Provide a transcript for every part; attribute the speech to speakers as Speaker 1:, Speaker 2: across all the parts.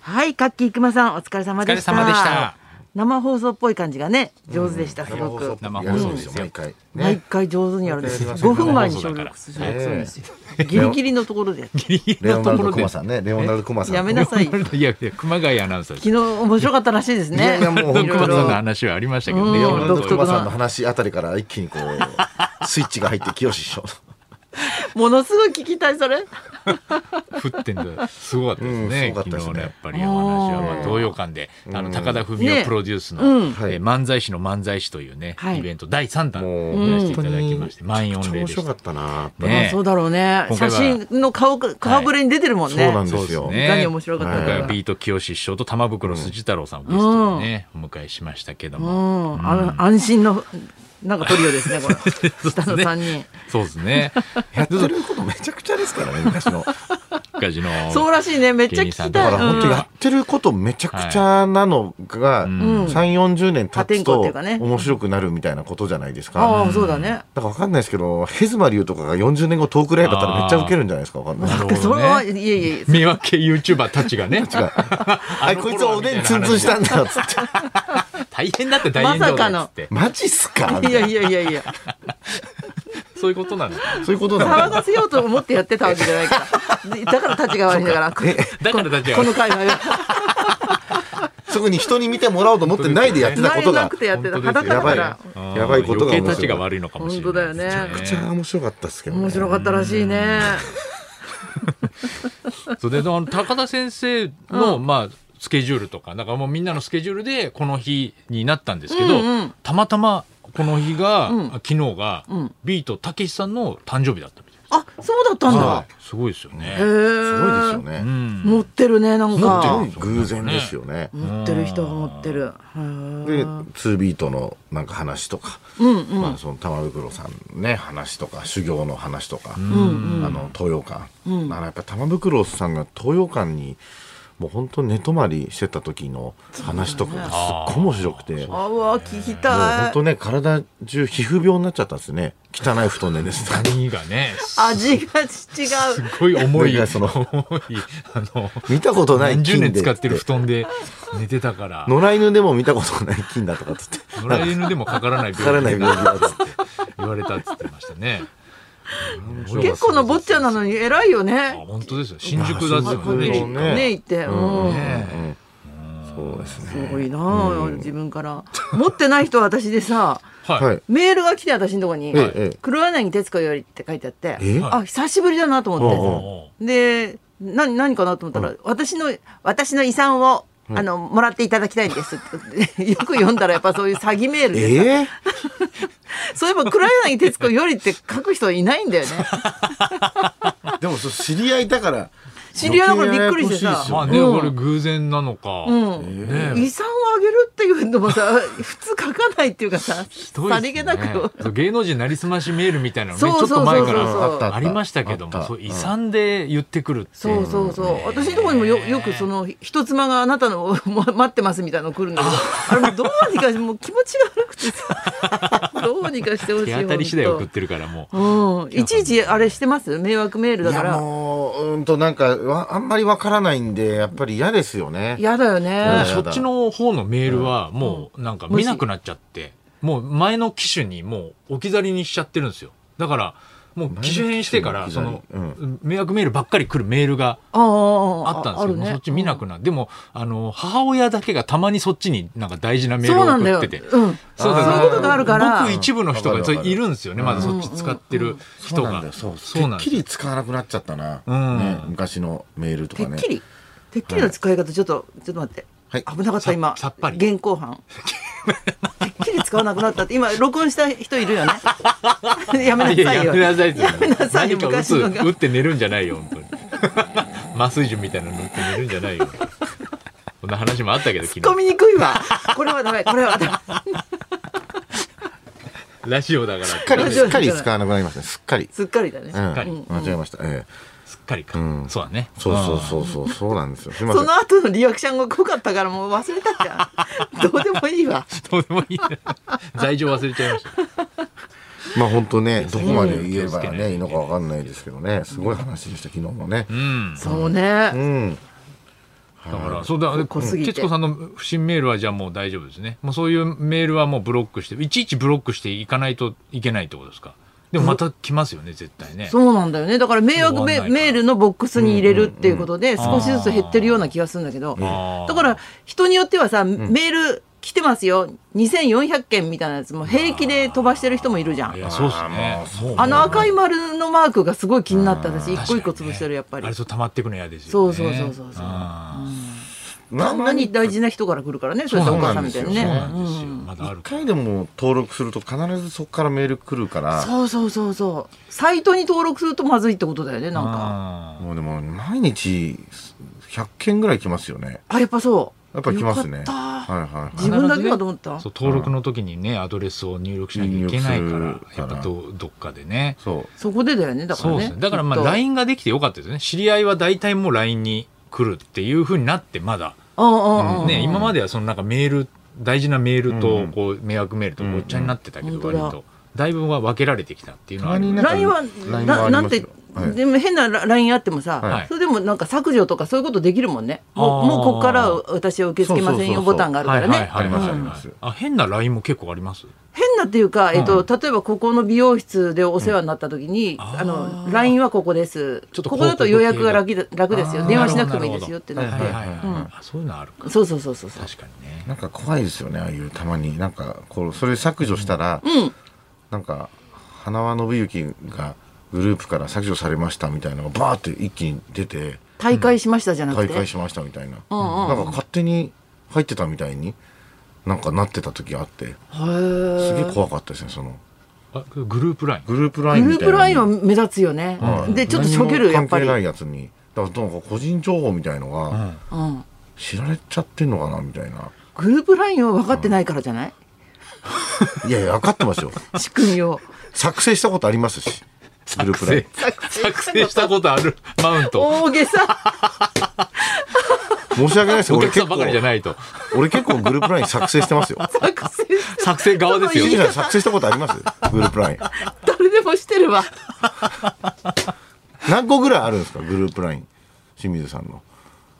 Speaker 1: はい、カッキーくまさん、お疲れ様でした。
Speaker 2: お疲れ様でした
Speaker 1: 生放送っぽい感じがね、上手でした、す
Speaker 3: 生
Speaker 1: ご
Speaker 3: 放送
Speaker 1: く。
Speaker 2: 生放送ですよ
Speaker 3: 毎回
Speaker 1: 毎
Speaker 3: ね
Speaker 1: 回上手にやるんです。
Speaker 3: やります
Speaker 1: 5分前に
Speaker 2: 生
Speaker 1: 収
Speaker 2: 放送だ
Speaker 1: 録
Speaker 2: から
Speaker 1: するんですよ。ギリギリのところで。
Speaker 3: レオナルドクマさんねレオナルドクマさん
Speaker 1: やめなさい。昨
Speaker 2: いやいや熊谷アナウンサーです
Speaker 1: 日面白かったらしいです
Speaker 3: いや
Speaker 1: ね
Speaker 3: い。やもう
Speaker 2: 熊
Speaker 3: 本
Speaker 2: さん
Speaker 3: 当に
Speaker 2: の話はありましたけどね
Speaker 3: レ
Speaker 1: う
Speaker 3: オナ
Speaker 1: ん
Speaker 3: ルドクマさんの話あたりから一気にこうスイッチが入って清志師匠
Speaker 1: ものすごい聞きたい、それ。
Speaker 2: 降ってんだすごかったですね,、
Speaker 3: うんすごかったです
Speaker 2: 昨日
Speaker 3: ね
Speaker 2: のやっぱりお話は、まあ、童謡館で、あの高田文
Speaker 1: ね
Speaker 2: 夫プロデュースの、
Speaker 1: うん
Speaker 3: はい
Speaker 2: えー漫才師の漫才師というね、
Speaker 1: はい
Speaker 2: イベント第3弾
Speaker 3: もう
Speaker 2: やらせてい
Speaker 3: 本
Speaker 2: た
Speaker 3: 当
Speaker 2: だき
Speaker 3: に
Speaker 2: まして満員御礼
Speaker 3: 面
Speaker 2: でし
Speaker 3: 白か
Speaker 2: た
Speaker 3: ったな
Speaker 2: ねえ
Speaker 1: まあそうだろうね。
Speaker 2: 今
Speaker 1: 写
Speaker 2: 回は
Speaker 1: 真の顔か、顔ぶれに出てるもんね。
Speaker 3: そうなんです
Speaker 2: そう
Speaker 3: よ
Speaker 2: ですね
Speaker 1: いかに面白かった
Speaker 2: 今回は
Speaker 1: か。
Speaker 2: ビート清志師匠と玉袋筋太郎さんをゲストにね、お迎えしましたけど
Speaker 1: う
Speaker 2: も、
Speaker 1: ん、あの安心の、なんかトリオですね、 これ。下の3人。
Speaker 2: そうですね
Speaker 3: やってることめちゃくちゃですからね昔の
Speaker 2: 昔の
Speaker 1: そうらしいね、めっちゃ聞きた
Speaker 2: 芸
Speaker 3: だ
Speaker 1: い。
Speaker 3: から本当
Speaker 1: うん
Speaker 3: やってることめちゃくちゃなのが3 4 0年経つ
Speaker 1: 破天荒ってい
Speaker 3: と
Speaker 1: うかね
Speaker 3: 面白くなるみたいなことじゃないですか。
Speaker 1: ああ、そうだね。
Speaker 3: だからわかんないですけどヘズマリュウとかが40年後トークライブだったらめっちゃウケるんじゃないですかわかんない
Speaker 2: なるほ
Speaker 1: でそ
Speaker 2: ど
Speaker 1: れは、
Speaker 2: ね
Speaker 1: いえいえ、
Speaker 2: 迷惑系 YouTuber たちが ね
Speaker 3: あいこいつはおでんツンツンしたんだっつって
Speaker 2: 大変だって大変だ
Speaker 1: まさかの
Speaker 2: っつって
Speaker 3: マジっすかみ
Speaker 1: いや
Speaker 3: たいない
Speaker 1: やいやいや、
Speaker 2: そういうことなの
Speaker 3: そういうことなんだ
Speaker 1: 騒がせようと思ってやってたわけじゃないから。でだから立ちが悪いんだから。こ
Speaker 2: だからだって
Speaker 1: この会話が。
Speaker 3: すぐに人に見てもらおうと思ってないでやってたこと
Speaker 1: な
Speaker 3: が
Speaker 1: なくてやってた。
Speaker 2: 本当です
Speaker 1: 裸
Speaker 2: よ
Speaker 1: だ
Speaker 3: やば
Speaker 1: か
Speaker 3: い
Speaker 1: ら。
Speaker 3: やばいことが
Speaker 2: 余計
Speaker 3: 面
Speaker 2: たちが
Speaker 3: 白い
Speaker 2: 悪いのかもしれない
Speaker 1: 本当だよね
Speaker 2: めちゃく
Speaker 3: め
Speaker 2: ち
Speaker 3: ち
Speaker 2: ゃ
Speaker 3: ゃ面白かったですけどね
Speaker 1: 面白かったらしいね。
Speaker 2: それであの高田先生の、まあスケジュールとかなんかもうみんなのスケジュールでこの日になったんですけど、
Speaker 1: うんうん
Speaker 2: たまたまこの日が、
Speaker 1: うん
Speaker 2: 昨日が、
Speaker 1: うん
Speaker 2: ビートたけしさんの誕生日だったみたい
Speaker 1: あ、そうだったん
Speaker 2: な、
Speaker 1: だ。
Speaker 2: すごいですよね
Speaker 1: へ。え。
Speaker 3: すごいですよ。
Speaker 2: う
Speaker 3: ね
Speaker 2: ん、
Speaker 1: 持ってるね、なん
Speaker 3: 本当
Speaker 1: か
Speaker 3: に。偶然ですよね
Speaker 1: 持ってる人が持ってる。へー
Speaker 3: で2ビートのなんか話とか、
Speaker 1: うんうん。
Speaker 3: まあ、その玉袋さんね話とか修行の話とか、あの東洋館、あのやっぱ玉袋さんが東洋館にもう本当寝泊まりしてた時の話とかがすっごい面白くて、もう
Speaker 1: あうわ、聞きた
Speaker 3: 本
Speaker 1: い。
Speaker 3: 当ね体中皮膚病になっちゃったんですね汚い布団で寝てた
Speaker 2: 何がね、
Speaker 1: 味が違
Speaker 2: す
Speaker 1: う。
Speaker 2: ごい重い、
Speaker 3: なんかその
Speaker 2: 重い、あの、
Speaker 3: 見たことない
Speaker 2: 何十
Speaker 3: 菌で
Speaker 2: 年使ってる布団で寝てた から、
Speaker 3: 野良犬でも見たことない菌だとかっつって
Speaker 2: 野良犬でもかからない
Speaker 3: かからない
Speaker 2: 病気
Speaker 3: 病気だっつって
Speaker 2: 言われたって言ってましたね。
Speaker 1: 結構の坊ちゃんなのに偉いよ
Speaker 2: あ
Speaker 1: ね。
Speaker 2: 本当ですよ。新宿だって
Speaker 3: まあ
Speaker 2: も
Speaker 3: 新
Speaker 2: ん
Speaker 3: 宿
Speaker 2: ね。
Speaker 3: のね
Speaker 1: ね、行って。うん。
Speaker 3: うんそうですね
Speaker 1: すごいなあ、自分から。持ってない人は私でさ、
Speaker 2: は。
Speaker 3: はいい
Speaker 1: メールが来て私のとこに
Speaker 3: ええええ、
Speaker 1: 黒柳徹子よりって書いてあって、
Speaker 3: え
Speaker 1: あ、久しぶりだなと思
Speaker 2: おう
Speaker 1: って。で、何、何かなと思ったら、私の、私の遺産を、あの、もらっていただきたいんですって。 よく読んだらやっぱそういう詐欺メールでさ、
Speaker 3: えー
Speaker 1: そういえば黒柳徹子よりって書く人いないん だよね。
Speaker 3: でもそう知り合いだから
Speaker 1: 知り合いだからびっくりしてさ
Speaker 3: 余計ややこしいです
Speaker 2: ま
Speaker 3: よ
Speaker 2: あ
Speaker 3: ね
Speaker 2: ね、
Speaker 1: うん
Speaker 2: これ偶然なのか。
Speaker 1: うん遺
Speaker 2: ね。
Speaker 1: 産をあげるっていうのもさ、 普通書かないっていうかさ、
Speaker 2: どう
Speaker 1: さりげなく。
Speaker 2: そう芸能人なりすましメールみたいなのね、ち
Speaker 1: そうそ
Speaker 2: ょっ
Speaker 1: うそ
Speaker 2: と
Speaker 1: う
Speaker 2: 前
Speaker 1: そう
Speaker 2: か
Speaker 3: あった
Speaker 2: ら
Speaker 3: あった
Speaker 2: ありましたけど
Speaker 3: あ
Speaker 2: も、
Speaker 3: った
Speaker 2: そう遺産で言ってくるってい
Speaker 1: そうそうそう。私のところにもよよくその人妻があなたの をも待ってますみたいなの来るんだけど、 あれもうどうにかもう気持ちが悪くてさ、 どうにかしてほしい。
Speaker 2: 手当たり次第
Speaker 1: 本当
Speaker 2: 送ってるからも
Speaker 1: う
Speaker 2: う。
Speaker 1: ん、いちいちあれしてます迷惑メールだか
Speaker 3: いや
Speaker 1: ら
Speaker 3: もううんとなんかわあんまりわからないんでやっぱり嫌ですよね
Speaker 1: 嫌だよね
Speaker 3: だ
Speaker 2: そっちの方のメールはもうなんか見なくなっちゃって、もう前の機種にもう置き去りにしちゃってるんですよ。だから、もう機種変してから、
Speaker 3: 前
Speaker 2: そ
Speaker 3: の
Speaker 2: の
Speaker 3: 機種に置き去り、
Speaker 2: 迷惑メールばっかり来るメールが
Speaker 1: ああ
Speaker 2: あったんですけど、もうそっち見な
Speaker 1: っ
Speaker 2: くなる。でも、あの、母親だけがたまにそっちになんか大事なメー
Speaker 1: そ
Speaker 2: ル
Speaker 1: うなんだ
Speaker 2: を
Speaker 1: よ、
Speaker 2: 送
Speaker 1: う
Speaker 2: っ
Speaker 1: ん、
Speaker 2: てて。
Speaker 1: そう
Speaker 3: だ
Speaker 1: いうことがあるから
Speaker 2: 僕一部の人
Speaker 3: わ
Speaker 2: が
Speaker 3: か
Speaker 2: そ
Speaker 3: るわかる
Speaker 2: れいるんですよね、まだそっち使ってる人
Speaker 3: そうなんだ
Speaker 2: が
Speaker 3: よ。そう
Speaker 2: そうなんで
Speaker 3: てっき
Speaker 2: すよ
Speaker 3: り使わなくなっちゃったな、
Speaker 2: うん
Speaker 3: ね昔のメールと
Speaker 1: て
Speaker 3: か
Speaker 1: っ
Speaker 3: ね
Speaker 1: きりてっきりの使い方ちょっとちょっと待って、
Speaker 3: はい
Speaker 1: 危なかった今
Speaker 2: ささっぱり
Speaker 1: 現行犯てっきり使わなくなったって今録音した人いるよね やめなさい
Speaker 2: や
Speaker 1: よ
Speaker 2: めなさいって
Speaker 1: やめなさい
Speaker 2: 何
Speaker 1: よ
Speaker 2: か打
Speaker 1: 昔
Speaker 2: つ
Speaker 1: のが
Speaker 2: 打って寝るんじゃないよ本当に 麻酔銃みたいなの打って寝るんじゃないよこんな話もあったけど昨
Speaker 1: 突っ込
Speaker 2: 日
Speaker 1: みにくいわこれはダメこれはダメ
Speaker 2: ラジオだから
Speaker 3: すっかり
Speaker 1: ラジ
Speaker 3: す
Speaker 1: オ
Speaker 3: っ
Speaker 1: じゃ
Speaker 3: か
Speaker 1: ない
Speaker 3: り使わなくなりましたねすっかり、
Speaker 1: すっかりだね、
Speaker 3: うん、
Speaker 2: かり
Speaker 3: 間違えました、ええ
Speaker 2: すっかりか、
Speaker 3: うん
Speaker 2: そうだね
Speaker 3: そうそうそうそうそうなんですよすいませ
Speaker 1: そ
Speaker 3: ん
Speaker 1: の後のリアクションが濃かったからもう忘れたじ ゃんどうでもいいわ
Speaker 2: うんどうでもいいな罪状忘れちゃいました
Speaker 3: まあ本当ねどこまで言えば
Speaker 2: 気をつけないといけな
Speaker 3: ね
Speaker 2: い
Speaker 3: いいのかわかんないですけどねすごい話でした昨日のね
Speaker 2: うん
Speaker 1: そうね、
Speaker 3: うん、
Speaker 2: だから、そうだ、で
Speaker 1: 濃すぎて
Speaker 2: 徹子さんの不審メールはじゃあもう大丈夫ですね。もうそういうメールはもうブロックして、いちいちブロックしていかないといけないってことですか。でもまた来ますよね、絶対ね。
Speaker 1: そうなんだよねだから迷惑
Speaker 2: 終わんな
Speaker 1: メ
Speaker 2: いから
Speaker 1: メールのボックスに入れるっていうことで
Speaker 2: んうん
Speaker 1: 少しずつ減ってるような気がするんだけど
Speaker 2: あー
Speaker 1: だから人によってはさメール来てますよ2400件みたいなやつも平気で飛ばしてる人もいるじゃ
Speaker 2: い
Speaker 1: ん
Speaker 2: や、そうですね。
Speaker 3: あーもうそう
Speaker 1: あの赤い丸のマークがすごい気になった私一個一個
Speaker 2: 確かに
Speaker 1: 潰
Speaker 2: ね
Speaker 1: してるやっぱり
Speaker 2: あれと溜まってくの嫌です
Speaker 1: そ
Speaker 2: よ
Speaker 1: う
Speaker 2: ね。
Speaker 1: そうそうそうそう
Speaker 2: あー
Speaker 1: あ
Speaker 3: なん
Speaker 1: なに大事な人から来るからねそうやってお母さんみたいに
Speaker 2: そ
Speaker 1: ね
Speaker 2: うなんですよ。まだあ
Speaker 3: 一
Speaker 2: るから。
Speaker 3: 回でも登録すると必ずそこからメール来るから
Speaker 1: そうそうそうそうサイトに登録するとまずいってことだよねなんか
Speaker 2: あー
Speaker 3: もうでも毎日100件ぐらい来ますよね
Speaker 1: あやっぱそう
Speaker 3: やっぱ来ますね
Speaker 1: よかった
Speaker 3: はいはいはい
Speaker 1: 自分だけかと思った
Speaker 2: そう登録の時にねアドレスを入力しなきゃいけないか
Speaker 3: 入
Speaker 2: ら
Speaker 3: 力す
Speaker 2: や
Speaker 3: る
Speaker 2: っ
Speaker 3: から
Speaker 2: ぱどどっかでね
Speaker 3: そう
Speaker 1: そこでだよねだか
Speaker 2: そ
Speaker 1: ら
Speaker 2: う
Speaker 1: ね
Speaker 2: ですねだからまあ
Speaker 1: きっと
Speaker 2: LINE ができてよかったですね知り合いは大体もう LINE に来るっていうふうになってまだ、
Speaker 1: うんうんうん
Speaker 2: ね今まではそのなんかメール大事なメール
Speaker 3: う
Speaker 2: と
Speaker 3: ん
Speaker 2: こう迷惑メールとごっちゃになってたけ
Speaker 1: う
Speaker 2: ど
Speaker 1: んうん
Speaker 2: 割
Speaker 1: 本当
Speaker 2: とだいぶは分けられてきたっていうのはあり
Speaker 3: 他人
Speaker 2: ま
Speaker 3: な
Speaker 2: す
Speaker 3: んか
Speaker 1: LINE は
Speaker 3: LINE は
Speaker 1: な
Speaker 3: ありますよ
Speaker 1: なんて、
Speaker 3: はい
Speaker 1: でも変な LINE あってもさ、
Speaker 3: はい
Speaker 1: それでもなんか削除とかそういうことできるもんねもう
Speaker 2: あー
Speaker 1: もうここからは私は受け付けませんよ
Speaker 3: そうそう
Speaker 1: ボ
Speaker 3: そうそう
Speaker 1: タンがあるか
Speaker 2: はい
Speaker 1: ら
Speaker 2: は
Speaker 1: ね、
Speaker 2: いはい
Speaker 3: あります
Speaker 2: はい
Speaker 3: あります
Speaker 2: あ変な LINE も結構あります
Speaker 1: 変なっていうか、えっと例えばここの美容室でお世話になった時に、
Speaker 2: あー
Speaker 1: あの LINE はここです
Speaker 2: ちょっと
Speaker 1: ここだと予約が楽で楽ですよ
Speaker 3: あー
Speaker 1: 電話しなくてもいいですよってなって、
Speaker 2: はいはいはい
Speaker 3: うん
Speaker 2: あそういうのあるか
Speaker 1: そうそうそうそうそう
Speaker 2: 確かにね
Speaker 3: なんか怖いですよねああいうたまになんかこうそれ削除したら、
Speaker 1: うん
Speaker 3: なんか花輪信之がグループから削除されましたみたいなのがバーって一気に出て
Speaker 1: 退会しましたじゃなく
Speaker 3: 大
Speaker 1: て、
Speaker 3: 会しましたみたいな、
Speaker 1: うんうん
Speaker 3: なんか勝手に入ってたみたいになんかなってた時あって
Speaker 1: へ
Speaker 3: す
Speaker 1: え
Speaker 3: げえ怖かったですねその
Speaker 2: あグループ LINE
Speaker 3: グループライン
Speaker 1: グル
Speaker 3: み
Speaker 1: ー
Speaker 3: たい
Speaker 1: プ
Speaker 3: な
Speaker 1: LINE は目立つよね、
Speaker 3: はい
Speaker 1: でちょっとしょける
Speaker 3: 何にも
Speaker 1: やっぱり、
Speaker 3: 関係な
Speaker 1: う
Speaker 3: いやつにだからなんか個人情報みたいのが
Speaker 2: うん
Speaker 1: ん、
Speaker 3: 知られちゃってんのかなみたいな、
Speaker 1: グループ LINE は分かってないからじゃない、
Speaker 3: いやいや分かっ てますよ
Speaker 1: 仕組み を。
Speaker 3: 作成したことありますしグループライン
Speaker 1: 作
Speaker 2: 作成したことあ るマウント。
Speaker 1: 大げさ。
Speaker 3: 申し訳ないですよ
Speaker 2: お
Speaker 3: 俺
Speaker 2: 客さ
Speaker 3: 結
Speaker 2: んばかりじゃ
Speaker 3: 構
Speaker 2: ないと。
Speaker 3: 俺結構グループライン作成してますよ
Speaker 1: 作成して
Speaker 2: 作成側です
Speaker 3: 清水
Speaker 2: よ。
Speaker 3: さん作成したことありますグループライン
Speaker 1: 誰でもしてるわ。
Speaker 3: 何個ぐらいあるんですかグループライン清水さんの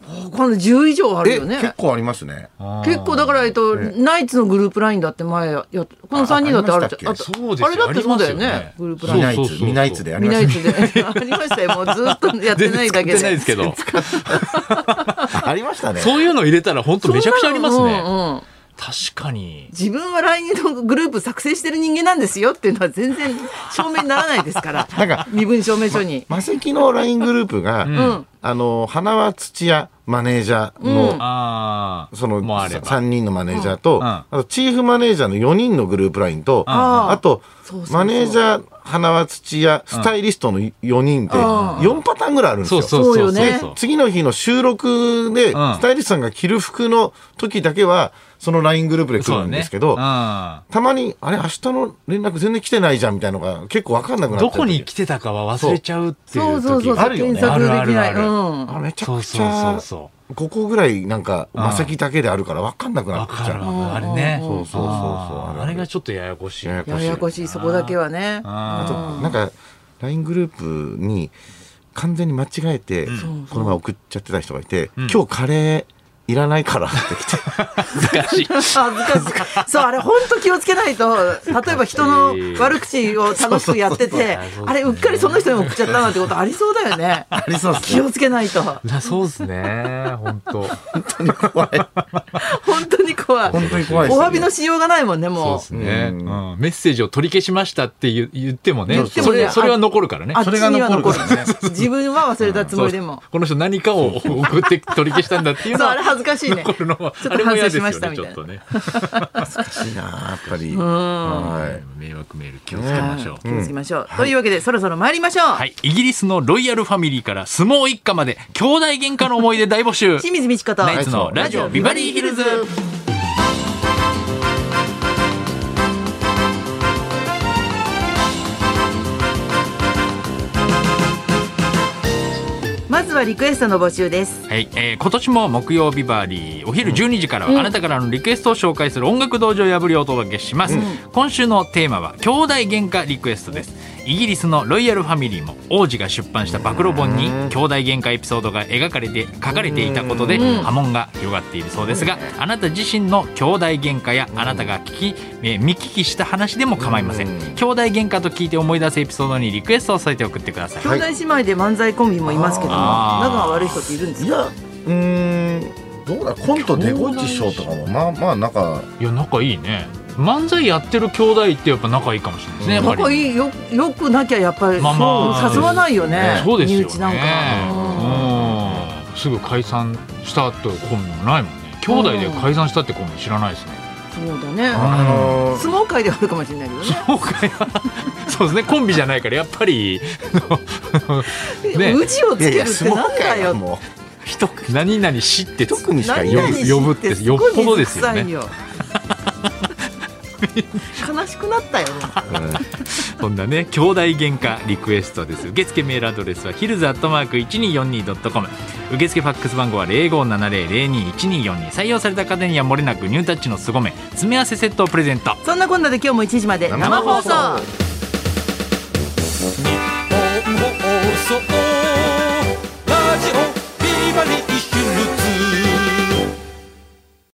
Speaker 1: この10以上ある
Speaker 3: え
Speaker 1: よね。
Speaker 3: 結構ありますね
Speaker 1: 結構だから、えっと、ナイツのグループラインだって前や、この3人だってあるじゃん。
Speaker 3: あありま
Speaker 1: と
Speaker 3: し
Speaker 2: そうですよ
Speaker 1: あれだってそうだよね。
Speaker 2: ありますよね
Speaker 1: グループライ
Speaker 3: ミ
Speaker 1: ン。
Speaker 3: ナイ
Speaker 2: そうそうそう
Speaker 3: ツミナイツでやり
Speaker 1: 見
Speaker 3: ま
Speaker 1: な
Speaker 3: し
Speaker 1: いとね。 ありましたよ。もうずっとやって
Speaker 2: 全
Speaker 1: ない
Speaker 2: 然使
Speaker 1: だ
Speaker 2: っ
Speaker 1: けで。
Speaker 2: てないですけど。
Speaker 3: たありましたね
Speaker 2: そういうの入れたら本当めちゃくちゃあります
Speaker 1: そんなの
Speaker 2: ね。
Speaker 1: うんうん
Speaker 2: 確かに。
Speaker 1: 自分は LINE のグループ作成してる人間なんですよっていうのは全 然証明にならないですから。
Speaker 3: なんか
Speaker 1: 身分証明書に。
Speaker 3: マセキの LINE グループが、
Speaker 1: ん
Speaker 3: あの花輪土屋マネージャーの、
Speaker 1: うん
Speaker 2: ああ。
Speaker 3: その
Speaker 2: もうあれ
Speaker 3: 3
Speaker 2: ば。
Speaker 3: 人のマネージャーと、
Speaker 2: うん
Speaker 3: あとチーフマネージャーの4人のグループラインと、
Speaker 1: あー
Speaker 3: あと
Speaker 1: そうそうそう
Speaker 3: マネージャー花輪土屋スタイリストの4人って
Speaker 1: うん
Speaker 3: 4パターンぐらいあるんです
Speaker 2: そ
Speaker 3: よ。
Speaker 2: うそうそう
Speaker 1: そうよね
Speaker 2: そう。
Speaker 3: 次の日の収録で、
Speaker 2: うん
Speaker 3: スタイリストさんが着る服の時だけは、その LINE グループで来
Speaker 2: そう
Speaker 3: る
Speaker 2: だ
Speaker 3: ん
Speaker 2: ね
Speaker 3: ですけど、
Speaker 2: う
Speaker 3: たまに、あれ、明日の連絡全然来てないじゃんみたいなのが結構わかんなくなっ
Speaker 2: ん
Speaker 3: ちゃ
Speaker 2: ど
Speaker 3: って。
Speaker 2: こに来てたかは忘れちゃうってい
Speaker 1: そううそう
Speaker 2: 時
Speaker 1: そう。
Speaker 2: があるよ
Speaker 1: 検
Speaker 2: ね。
Speaker 1: 索できない。
Speaker 2: あるあるある
Speaker 1: うん
Speaker 3: あめちゃ
Speaker 2: そう
Speaker 3: くち
Speaker 2: そうそう
Speaker 3: ゃ、
Speaker 2: そ
Speaker 3: 5個ぐらいなんか、マセキだけであるからわかんなく
Speaker 2: う。
Speaker 3: なっ
Speaker 2: わ
Speaker 3: ち
Speaker 2: かる
Speaker 3: ゃう。
Speaker 2: わかる。あれね。
Speaker 3: そうそうそうそう
Speaker 2: あーあれがちょっとややこしい。
Speaker 3: やや
Speaker 1: ややこしいそこだけはね
Speaker 2: あ
Speaker 3: あとなんか LINE グループに完全に間違えてこの前送っちゃってた人がいて「今日カレーいらないから」って来て
Speaker 2: 難しい。
Speaker 1: 恥ずかしいそうあれ本当気をつけないと例えば人の悪口を楽しくやっててあれうっかりその人にも送っちゃったなんてことありそうだよね
Speaker 3: ありそうっ
Speaker 1: 気をつけないと本
Speaker 2: なそうですね。本当。
Speaker 3: 怖い
Speaker 1: 当に怖い
Speaker 3: 本当に怖いです
Speaker 1: お
Speaker 3: よ
Speaker 1: 詫びのしようがないもんね
Speaker 2: そう
Speaker 1: も
Speaker 2: ですね、う
Speaker 3: うん
Speaker 2: メッセージを取り消しましたって言う言ってもね
Speaker 1: 言っても
Speaker 2: そ
Speaker 1: ね
Speaker 2: れそれは残るからね
Speaker 1: あっち
Speaker 3: それが
Speaker 1: には残
Speaker 3: 残
Speaker 1: る
Speaker 3: るからね
Speaker 1: 自分は忘れたつもりで
Speaker 2: そう
Speaker 1: も
Speaker 2: この人何かを送って取り消したんだっていう
Speaker 1: そ
Speaker 2: の
Speaker 1: う あれ
Speaker 2: は
Speaker 1: 恥ずかしいね
Speaker 2: 残るのは
Speaker 1: ちょっと
Speaker 2: あれも嫌ですよね
Speaker 1: 反省しましたみ
Speaker 2: ち
Speaker 1: たい
Speaker 2: ょ
Speaker 1: な
Speaker 2: っとね
Speaker 3: しいなやっぱりは
Speaker 2: 迷惑メール気をつけましょう、
Speaker 1: 気をつけましょうというわけでそろそろ参りましょう
Speaker 2: はいイギリスのロイヤルファミリーから相撲一家まで兄弟喧嘩の思い出大募集
Speaker 1: 清水美智子と
Speaker 2: ナイツのラジオビバリーヒルズ
Speaker 1: まずはリクエストの募集です
Speaker 2: はい、えー今年も木曜日バーリーお昼12時からはあなたからのリクエストを紹介する音楽道場破りをお届けします、今週のテーマは兄弟喧嘩リクエストですイギリスのロイヤルファミリーも王子が出版した暴露本に兄弟喧嘩エピソードが描かれて書かれていたことで波紋が広がっているそうですがあなた自身の兄弟喧嘩やあなたが聞き、えー見聞きした話でも構いません兄弟喧嘩と聞いて思い出すエピソードにリクエストを添えて送ってください
Speaker 1: 兄弟姉妹で漫才コンビもいますけども
Speaker 2: あー
Speaker 1: 仲が悪い人っているんです
Speaker 3: い
Speaker 1: か
Speaker 3: やうーんどうだコント出口師匠とかもまあまあなんか
Speaker 4: いや仲いいね漫才やってる兄弟ってやっぱ仲いいかもしれないですねやっぱり
Speaker 1: 仲いいよよくなきゃやっぱり、
Speaker 4: まあまあ
Speaker 1: そう誘わないよね
Speaker 4: そうですよね
Speaker 1: 身内なんか、
Speaker 4: うんすぐ解散したというコンビもないもんね兄弟で解散したってコンビ知らないですね
Speaker 1: うんそうだね
Speaker 3: あのー
Speaker 1: 相撲界ではあるかもしれないけどね
Speaker 4: そうか そうですねコンビじゃないからやっぱりね
Speaker 1: うちをつけるってなんだよ。
Speaker 3: も
Speaker 4: 人何々知って
Speaker 3: う特にしか
Speaker 1: 何
Speaker 3: 言わ
Speaker 1: 々
Speaker 3: ない
Speaker 1: 知
Speaker 4: 呼ぶってよっぽどですよね
Speaker 1: すごい水臭いよ 悲しくなったよ。
Speaker 2: そんなね兄弟喧嘩リクエストです受付メールアドレスはヒルズアットマーク 1242.com 受付ファックス番号は0570021242採用された方にはもれなくニュータッチの凄め詰め合わせセットをプレゼント
Speaker 1: そんなこんなで今日も1時まで
Speaker 3: 生
Speaker 1: 生放
Speaker 3: 放送
Speaker 1: 送
Speaker 4: 放送